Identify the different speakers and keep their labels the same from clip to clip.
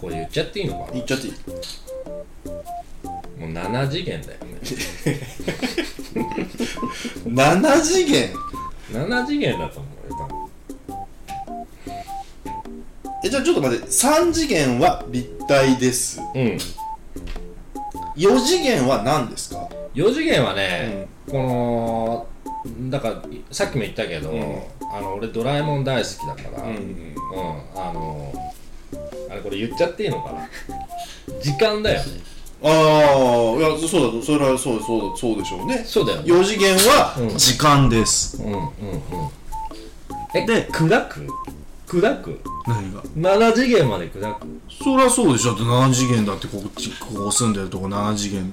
Speaker 1: これ言っちゃっていいのか
Speaker 2: いっちゃっていい
Speaker 1: なもう7次元だよ ね
Speaker 2: 7次元
Speaker 1: 7次元だと思うよ多分
Speaker 2: えじゃあちょっと待って3次元は立体です
Speaker 1: うん
Speaker 2: 4次元は何ですか
Speaker 1: 4次元はね、このだからさっきも言ったけど、
Speaker 2: うん
Speaker 1: あの俺ドラえもん大好きだから、うんあのあれこれ言っちゃっていいのか な時間だよね
Speaker 2: ああいやそそうだそれはそうそうだそうでしょうね
Speaker 1: そうだよね
Speaker 2: 4次元は
Speaker 1: うん
Speaker 2: 時間です、
Speaker 1: うんうんうんえ
Speaker 2: で
Speaker 1: 砕く砕く
Speaker 2: 何が
Speaker 1: 7次元まで砕く
Speaker 2: そりゃそうでしょだって7次元だってこっちここ住んでるとこ7次元っ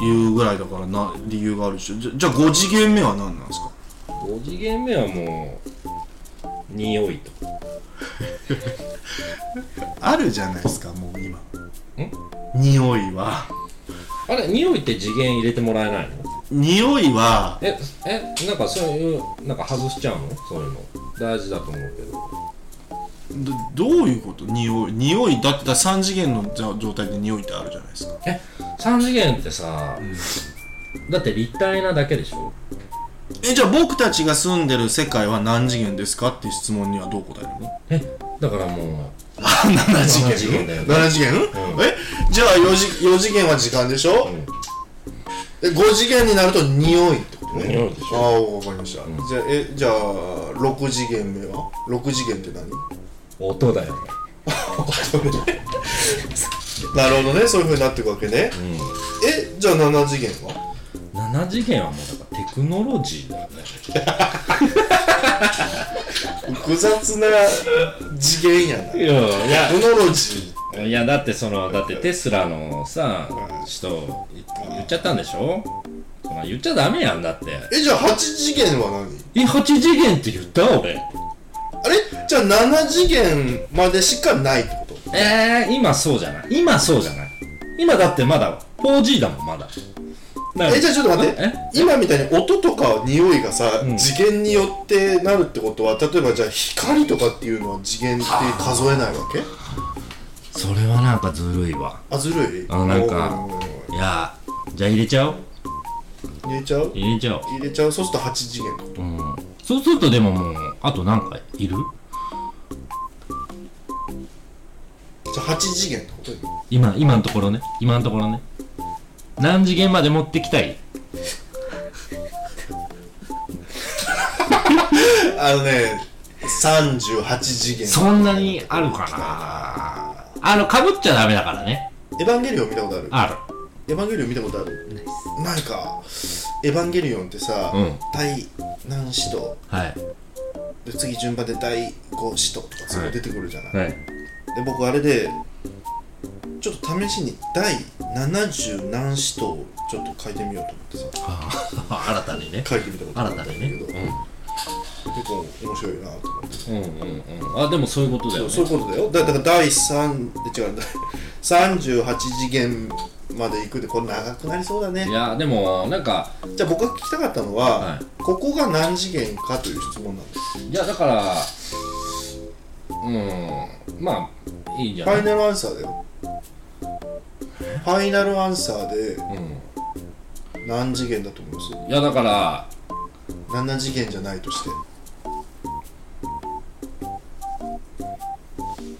Speaker 2: ていうぐらいだからな理由があるでしょじゃじゃあ5次元目は何なんですか
Speaker 1: 5次元目はもう匂いとか
Speaker 2: あるじゃないですかもう今
Speaker 1: ん
Speaker 2: 匂いは
Speaker 1: あれ匂いって次元入れてもらえないの
Speaker 2: 匂いは
Speaker 1: ええなんかそういうなんか外しちゃうのそういうの大事だと思うけど
Speaker 2: どどういうこと匂い匂いだってだ3次元のじゃ状態で匂いってあるじゃないですか
Speaker 1: え三次元ってさ、だって立体なだけでしょ
Speaker 2: えじゃあ僕たちが住んでる世界は何次元ですかっていう質問にはどう答え るの
Speaker 1: えだからも
Speaker 2: あ7
Speaker 1: 次元
Speaker 2: 次元
Speaker 1: だよね
Speaker 2: 7次元、
Speaker 1: ん
Speaker 2: えじゃあ 4, 次4次元は時間でしょ、
Speaker 1: ん
Speaker 2: え5次元になると匂いってことね
Speaker 1: 匂いでしょ
Speaker 2: ああわかりました、じゃあえじゃあ6次元目は6次元って何
Speaker 1: う音だよね
Speaker 2: なるほどねそういうふうになっていくわけね、えじゃあ7次元は
Speaker 1: 7次元はもうだからテクノロジーだよね
Speaker 2: 複雑な次元やなテ
Speaker 1: いやいや
Speaker 2: クノロジ
Speaker 1: いやだってそのだってテスラのさ人い言っちゃったんでしょそんな言っちゃダメやんだって
Speaker 2: ーえじゃあ8次元は何
Speaker 1: え8次元って言った俺
Speaker 2: あれじゃあ7次元までしかないってこと
Speaker 1: えー、今そうじゃない今そうじゃない今だってまだ 4G だもんまだだから
Speaker 2: えじゃあちょっと待っ
Speaker 1: え
Speaker 2: て今みたいに音とか匂いがさ、
Speaker 1: ん
Speaker 2: 次元によってなるってことは例えばじゃあ光とかっていうのは次元って数えないわけ
Speaker 1: それはなんかずるいわ
Speaker 2: あずるい
Speaker 1: あなんか
Speaker 2: おー
Speaker 1: いやじゃあ入れちゃおう
Speaker 2: 入れちゃう
Speaker 1: 入れちゃおう、
Speaker 2: 入れちゃうそうすると8次元ってこと
Speaker 1: うん、そうするとでももうあと何かいる
Speaker 2: じゃあ8次元ってこと
Speaker 1: 今今のところね今のところね何次元まで持ってきたい
Speaker 2: あのね38次元
Speaker 1: そんなにあるかなあの、かぶっちゃダメだからね。
Speaker 2: エヴァンゲリオン見たことある
Speaker 1: あ
Speaker 2: エヴァンゲリオン見たことあるなんかエヴァンゲリオンってさ、
Speaker 1: うん
Speaker 2: 第何使徒
Speaker 1: る。はい。
Speaker 2: で次順番で第5使徒とかそういうの出てくるじゃない、
Speaker 1: はい。
Speaker 2: で僕あれでちょっと試しに第70何使徒をちょっと書いてみようと思って さ
Speaker 1: 新たにね。
Speaker 2: 書いてみたことあるんだ
Speaker 1: 新た
Speaker 2: け
Speaker 1: に
Speaker 2: ど、
Speaker 1: ね
Speaker 2: 結構面白いなと思って、
Speaker 1: うんうんうん。あ、でもそういうことだよね。
Speaker 2: そういうことだよだだから第3で違う38次元まで行くでこれ長くなりそうだね
Speaker 1: いや、でも、なんか、
Speaker 2: じゃあ僕が聞きたかったのは、
Speaker 1: はい
Speaker 2: ここが何次元かという質問なんです
Speaker 1: いや、だから、うん、まあ、いいんじゃ
Speaker 2: フ
Speaker 1: な
Speaker 2: ァイ
Speaker 1: い
Speaker 2: ナルアンサーだよファイナルアンサーで
Speaker 1: うん。
Speaker 2: 何次元だと思います
Speaker 1: いや、だから、
Speaker 2: 7次元じゃないとして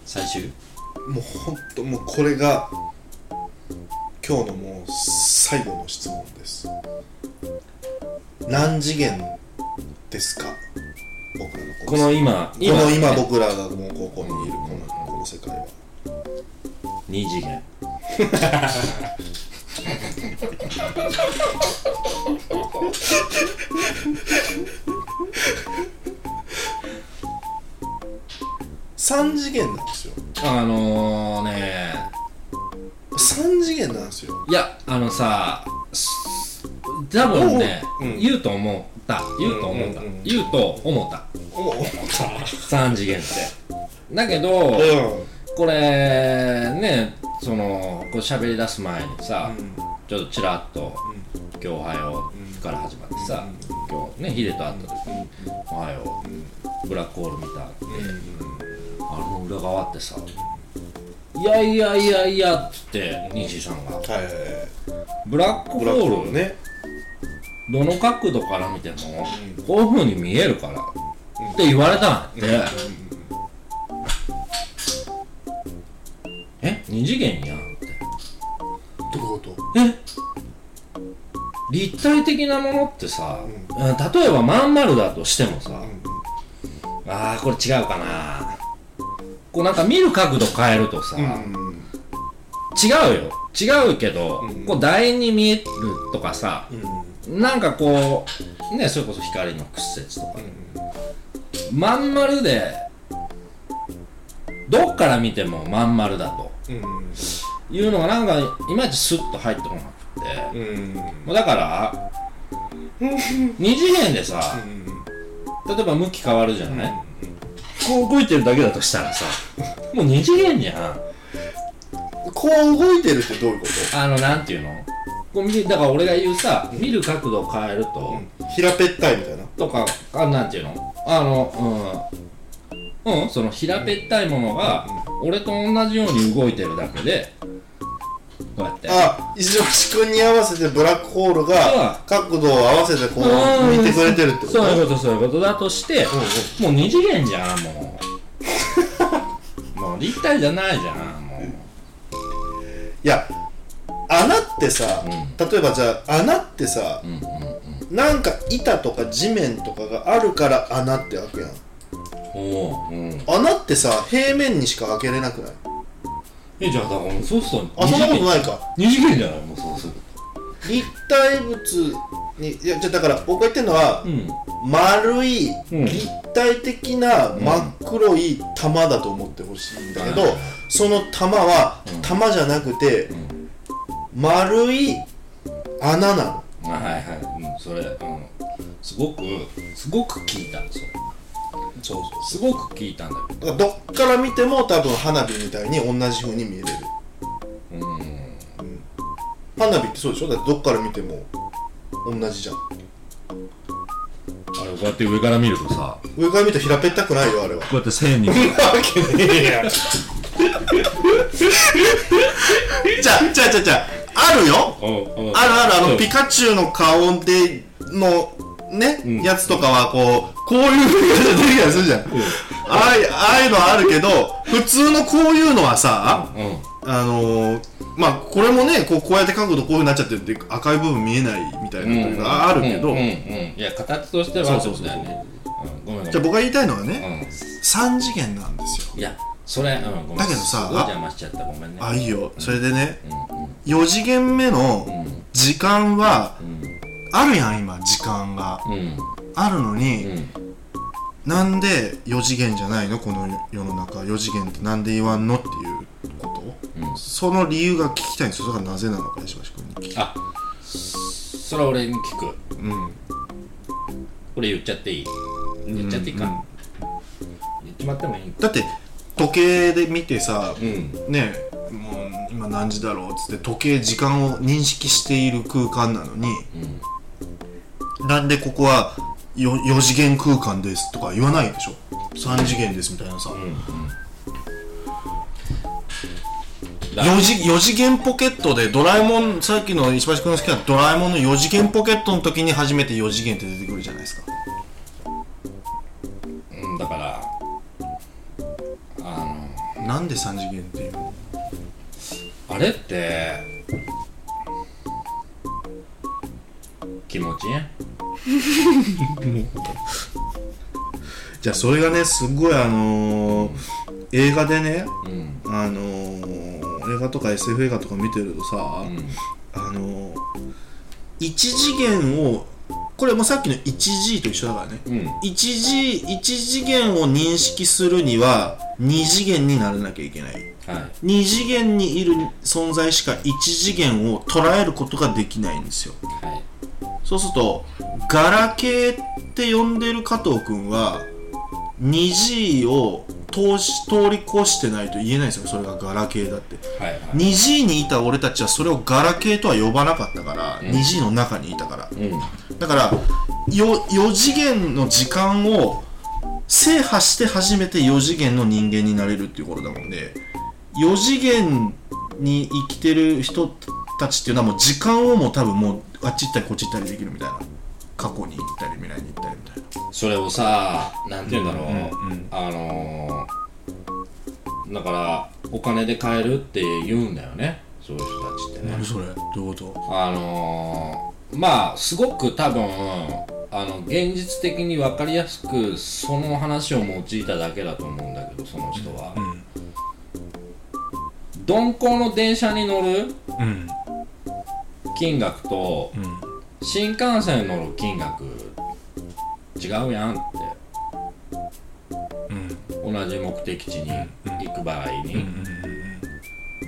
Speaker 1: 最終
Speaker 2: もうほんともうこれが今日のもう最後の質問です何次元ですか僕らの
Speaker 1: この今、
Speaker 2: この今
Speaker 1: ね
Speaker 2: 僕らがもうここにいるこのこの世界は
Speaker 1: 二次元。
Speaker 2: 3次元なんですよ
Speaker 1: あのーね
Speaker 2: 3次元なんですよ
Speaker 1: いや、あのさ、す多分ね、
Speaker 2: おううん
Speaker 1: 言うと思った。言うと思った。
Speaker 2: うんうんうん
Speaker 1: 言うと思った。
Speaker 2: おお
Speaker 1: 3次元って。だけど、これ、ね、その、こう喋り出す前にさ、ちょっとちらっと、今日おはようから始まってさ、今日ね、ヒデと会った時に、おはよう、ブラックホール見たって、あの裏側ってさ、いやいやいやいやっつって西さんが
Speaker 2: はいはいはい
Speaker 1: ブラックホ
Speaker 2: ブラックホ
Speaker 1: ー
Speaker 2: ール
Speaker 1: ル
Speaker 2: ね
Speaker 1: どの角度から見てもこういう風に見えるからって言われたんやってえ二次元やんって
Speaker 2: どういうこと
Speaker 1: え立体的なものってさ、うん例えばまん丸だとしてもさ、ああこれ違うかなこうなんか見る角度変えるとさ、違うよ違うけど、こう楕円に見えるとかさ、なんかこうねそれこそ光の屈折とか、まん丸でどっから見てもまん丸だというのがなんかいまいちスッと入ってこなくて、
Speaker 2: うん
Speaker 1: もうだから 二次元でさ、例えば向き変わるじゃない、こう動いてるだけだとしたらさもう二次元じゃん
Speaker 2: こう動いてるってどういうこ
Speaker 1: あのなんていうのこう見だから俺が言うさ見る角度を変えると、
Speaker 2: と平べったいみたいな
Speaker 1: とかあなんていうのあのうん、うん、その平べったいものが俺と同じように動いてるだけでこうやって
Speaker 2: あ石橋君に合わせてブラックホールが角度を合わせてこ
Speaker 1: あ
Speaker 2: う
Speaker 1: ー
Speaker 2: 見てくれてるってこと
Speaker 1: そういうことそういうことだとして、もう二次元じゃんもう もう立体じゃないじゃんも
Speaker 2: いや穴ってさ、例えばじゃあ穴ってさ、なんか板とか地面とかがあるから穴って開くやん
Speaker 1: うおう、うん、
Speaker 2: 穴ってさ平面にしか開けれなくない
Speaker 1: えじゃあだからそうすると
Speaker 2: あそんなことないか
Speaker 1: 二次元じゃないもうそうする
Speaker 2: 立体物にいやじゃあだから僕が言ってるのは、
Speaker 1: とうん
Speaker 2: 丸い
Speaker 1: うん
Speaker 2: 立体的な真っ黒い玉だと思ってほしいんだけど、
Speaker 1: うん
Speaker 2: その玉は玉じゃなくて、丸い穴なの
Speaker 1: あはいはい、うん、それ、うん、すごくすごく聞いたそれ
Speaker 2: そう
Speaker 1: す
Speaker 2: そう
Speaker 1: ごく聞いたんだけ
Speaker 2: だからどっから見ても多分花火みたいに同じ風に見えれる
Speaker 1: どうん
Speaker 2: 花火ってそうでしょだってどっから見ても同じじゃん
Speaker 1: あれこうやって上から見るとさこ
Speaker 2: 上から見たら平べったくないよあれ は
Speaker 1: うやって線に
Speaker 2: じゃあじゃあじゃあじゃああるよあるあるあのピカチュウの顔でのね、
Speaker 1: ん
Speaker 2: やつとかはこうこういうふうに出てきたりするじゃん、ああいああいうのはあるけど普通のこういうのはさ、
Speaker 1: うん
Speaker 2: あのーまあこれもねこうこうやって角度こういうふうになっちゃってるんで赤い部分見えないみたいなのがあるけ
Speaker 1: う
Speaker 2: ど、
Speaker 1: んうんうんいや形としては
Speaker 2: そうそうそう
Speaker 1: だよねうんごめんごめん
Speaker 2: じゃあ僕が言いたいのは
Speaker 1: う
Speaker 2: ね、
Speaker 1: ん
Speaker 2: 3次元なんですよ
Speaker 1: いやそれうんごめん
Speaker 2: だけどさ
Speaker 1: すごい邪魔しちゃったごめんね
Speaker 2: あいいよそれでね、4次元目の
Speaker 1: ん
Speaker 2: 時間は、
Speaker 1: ん
Speaker 2: あるやん今時間が
Speaker 1: うん
Speaker 2: あるのに、
Speaker 1: うん
Speaker 2: なんで4次元じゃないのこの世の中4次元ってなんで言わんのっていうこと、
Speaker 1: うん
Speaker 2: その理由が聞きたいんですよそれがなぜなのか石橋君に聞き
Speaker 1: あそれは俺に聞くこれ言っちゃっていい言っちゃっていいか、言っちまってもいい
Speaker 2: だって時計で見てさ、
Speaker 1: ん
Speaker 2: ねもう今何時だろうっつって時計時間を認識している空間なのに、なんでここは 4, 4次元空間ですとか言わないでしょ3次元ですみたいなさ、
Speaker 1: だ
Speaker 2: 4次4次元ポケットでドラえもんさっきの石橋君の好きなドラえもんの4次元ポケットの時に初めて4次元って出てくるじゃないですか
Speaker 1: うんだから
Speaker 2: なんで3次元っていうの
Speaker 1: あれって気持ちいい
Speaker 2: じゃあそれがねすごいあのー映画でね、
Speaker 1: うん
Speaker 2: あのー映画とか SF 映画とか見てるとさ、あのー、1次元をこれもさっきの 1G と一緒だからね、
Speaker 1: うん
Speaker 2: 1G、1次元を認識するには2次元にならなきゃいけない。
Speaker 1: は
Speaker 2: 2次元にいる存在しか1次元を捉えることができないんですよ
Speaker 1: いはい
Speaker 2: そうするとガラケーって呼んでる加藤君は 2G を通し通り越してないと言えないんですよそれがガラケーだって
Speaker 1: はいはい
Speaker 2: 2G にいた俺たちはそれをガラケーとは呼ばなかったから、2G の中にいたから
Speaker 1: うん
Speaker 2: だからよ4次元の時間を制覇して初めて4次元の人間になれるっていうことだもんで4次元に生きてる人たちっていうのはもう時間をもう多分もうあっち行ったりこっち行ったりできるみたいな過去に行ったり未来に行ったりみたいな
Speaker 1: それをさなんて言うんだろう、
Speaker 2: うんうん
Speaker 1: あのー、だからお金で買えるって言うんだよねそういう人たちってね
Speaker 2: 何それどういうこと
Speaker 1: あのー、まあすごく多分あの現実的に分かりやすくその話を用いただけだと思うんだけどその人は、鈍行の電車に乗る
Speaker 2: うん
Speaker 1: 金額と
Speaker 2: うん
Speaker 1: 新幹線に乗る金額違うやんって
Speaker 2: うん
Speaker 1: 同じ目的地に行く場合に、
Speaker 2: うん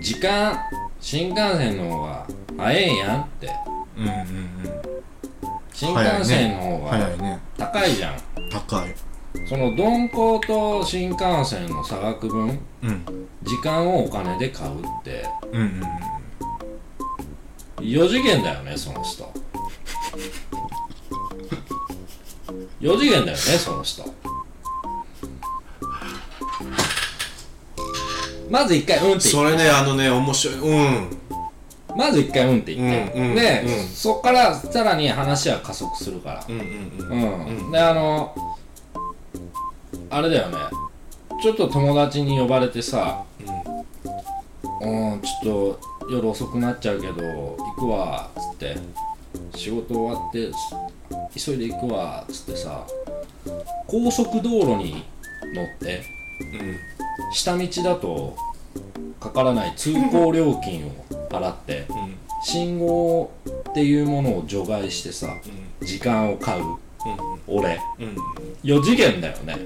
Speaker 1: 時間新幹線の方が早いやんって
Speaker 2: うんうん
Speaker 1: 新幹線の方が
Speaker 2: 早いね
Speaker 1: 高いじゃん、
Speaker 2: 高い
Speaker 1: その鈍行と新幹線の差額分
Speaker 2: うん
Speaker 1: 時間をお金で買うって
Speaker 2: うんうん
Speaker 1: 4次元だよねその人4次元だよねその人まず一回うんって言
Speaker 3: そ
Speaker 1: っ
Speaker 3: れねあのね面白いうん
Speaker 1: まず一回うんって言って、
Speaker 3: うんうん
Speaker 1: で、
Speaker 3: うん
Speaker 1: そっからさらに話は加速するから
Speaker 3: うんうん
Speaker 1: うん、であのあれだよねちょっと友達に呼ばれてさ「うん、ちょっと夜遅くなっちゃうけど行くわ」っつって「仕事終わって急いで行くわ」っつってさ高速道路に乗って下道だとかからない通行料金を払 って
Speaker 3: うんうん
Speaker 1: 信号っていうものを除外してさ時間を買う俺
Speaker 3: うんうん
Speaker 1: 4次元だよね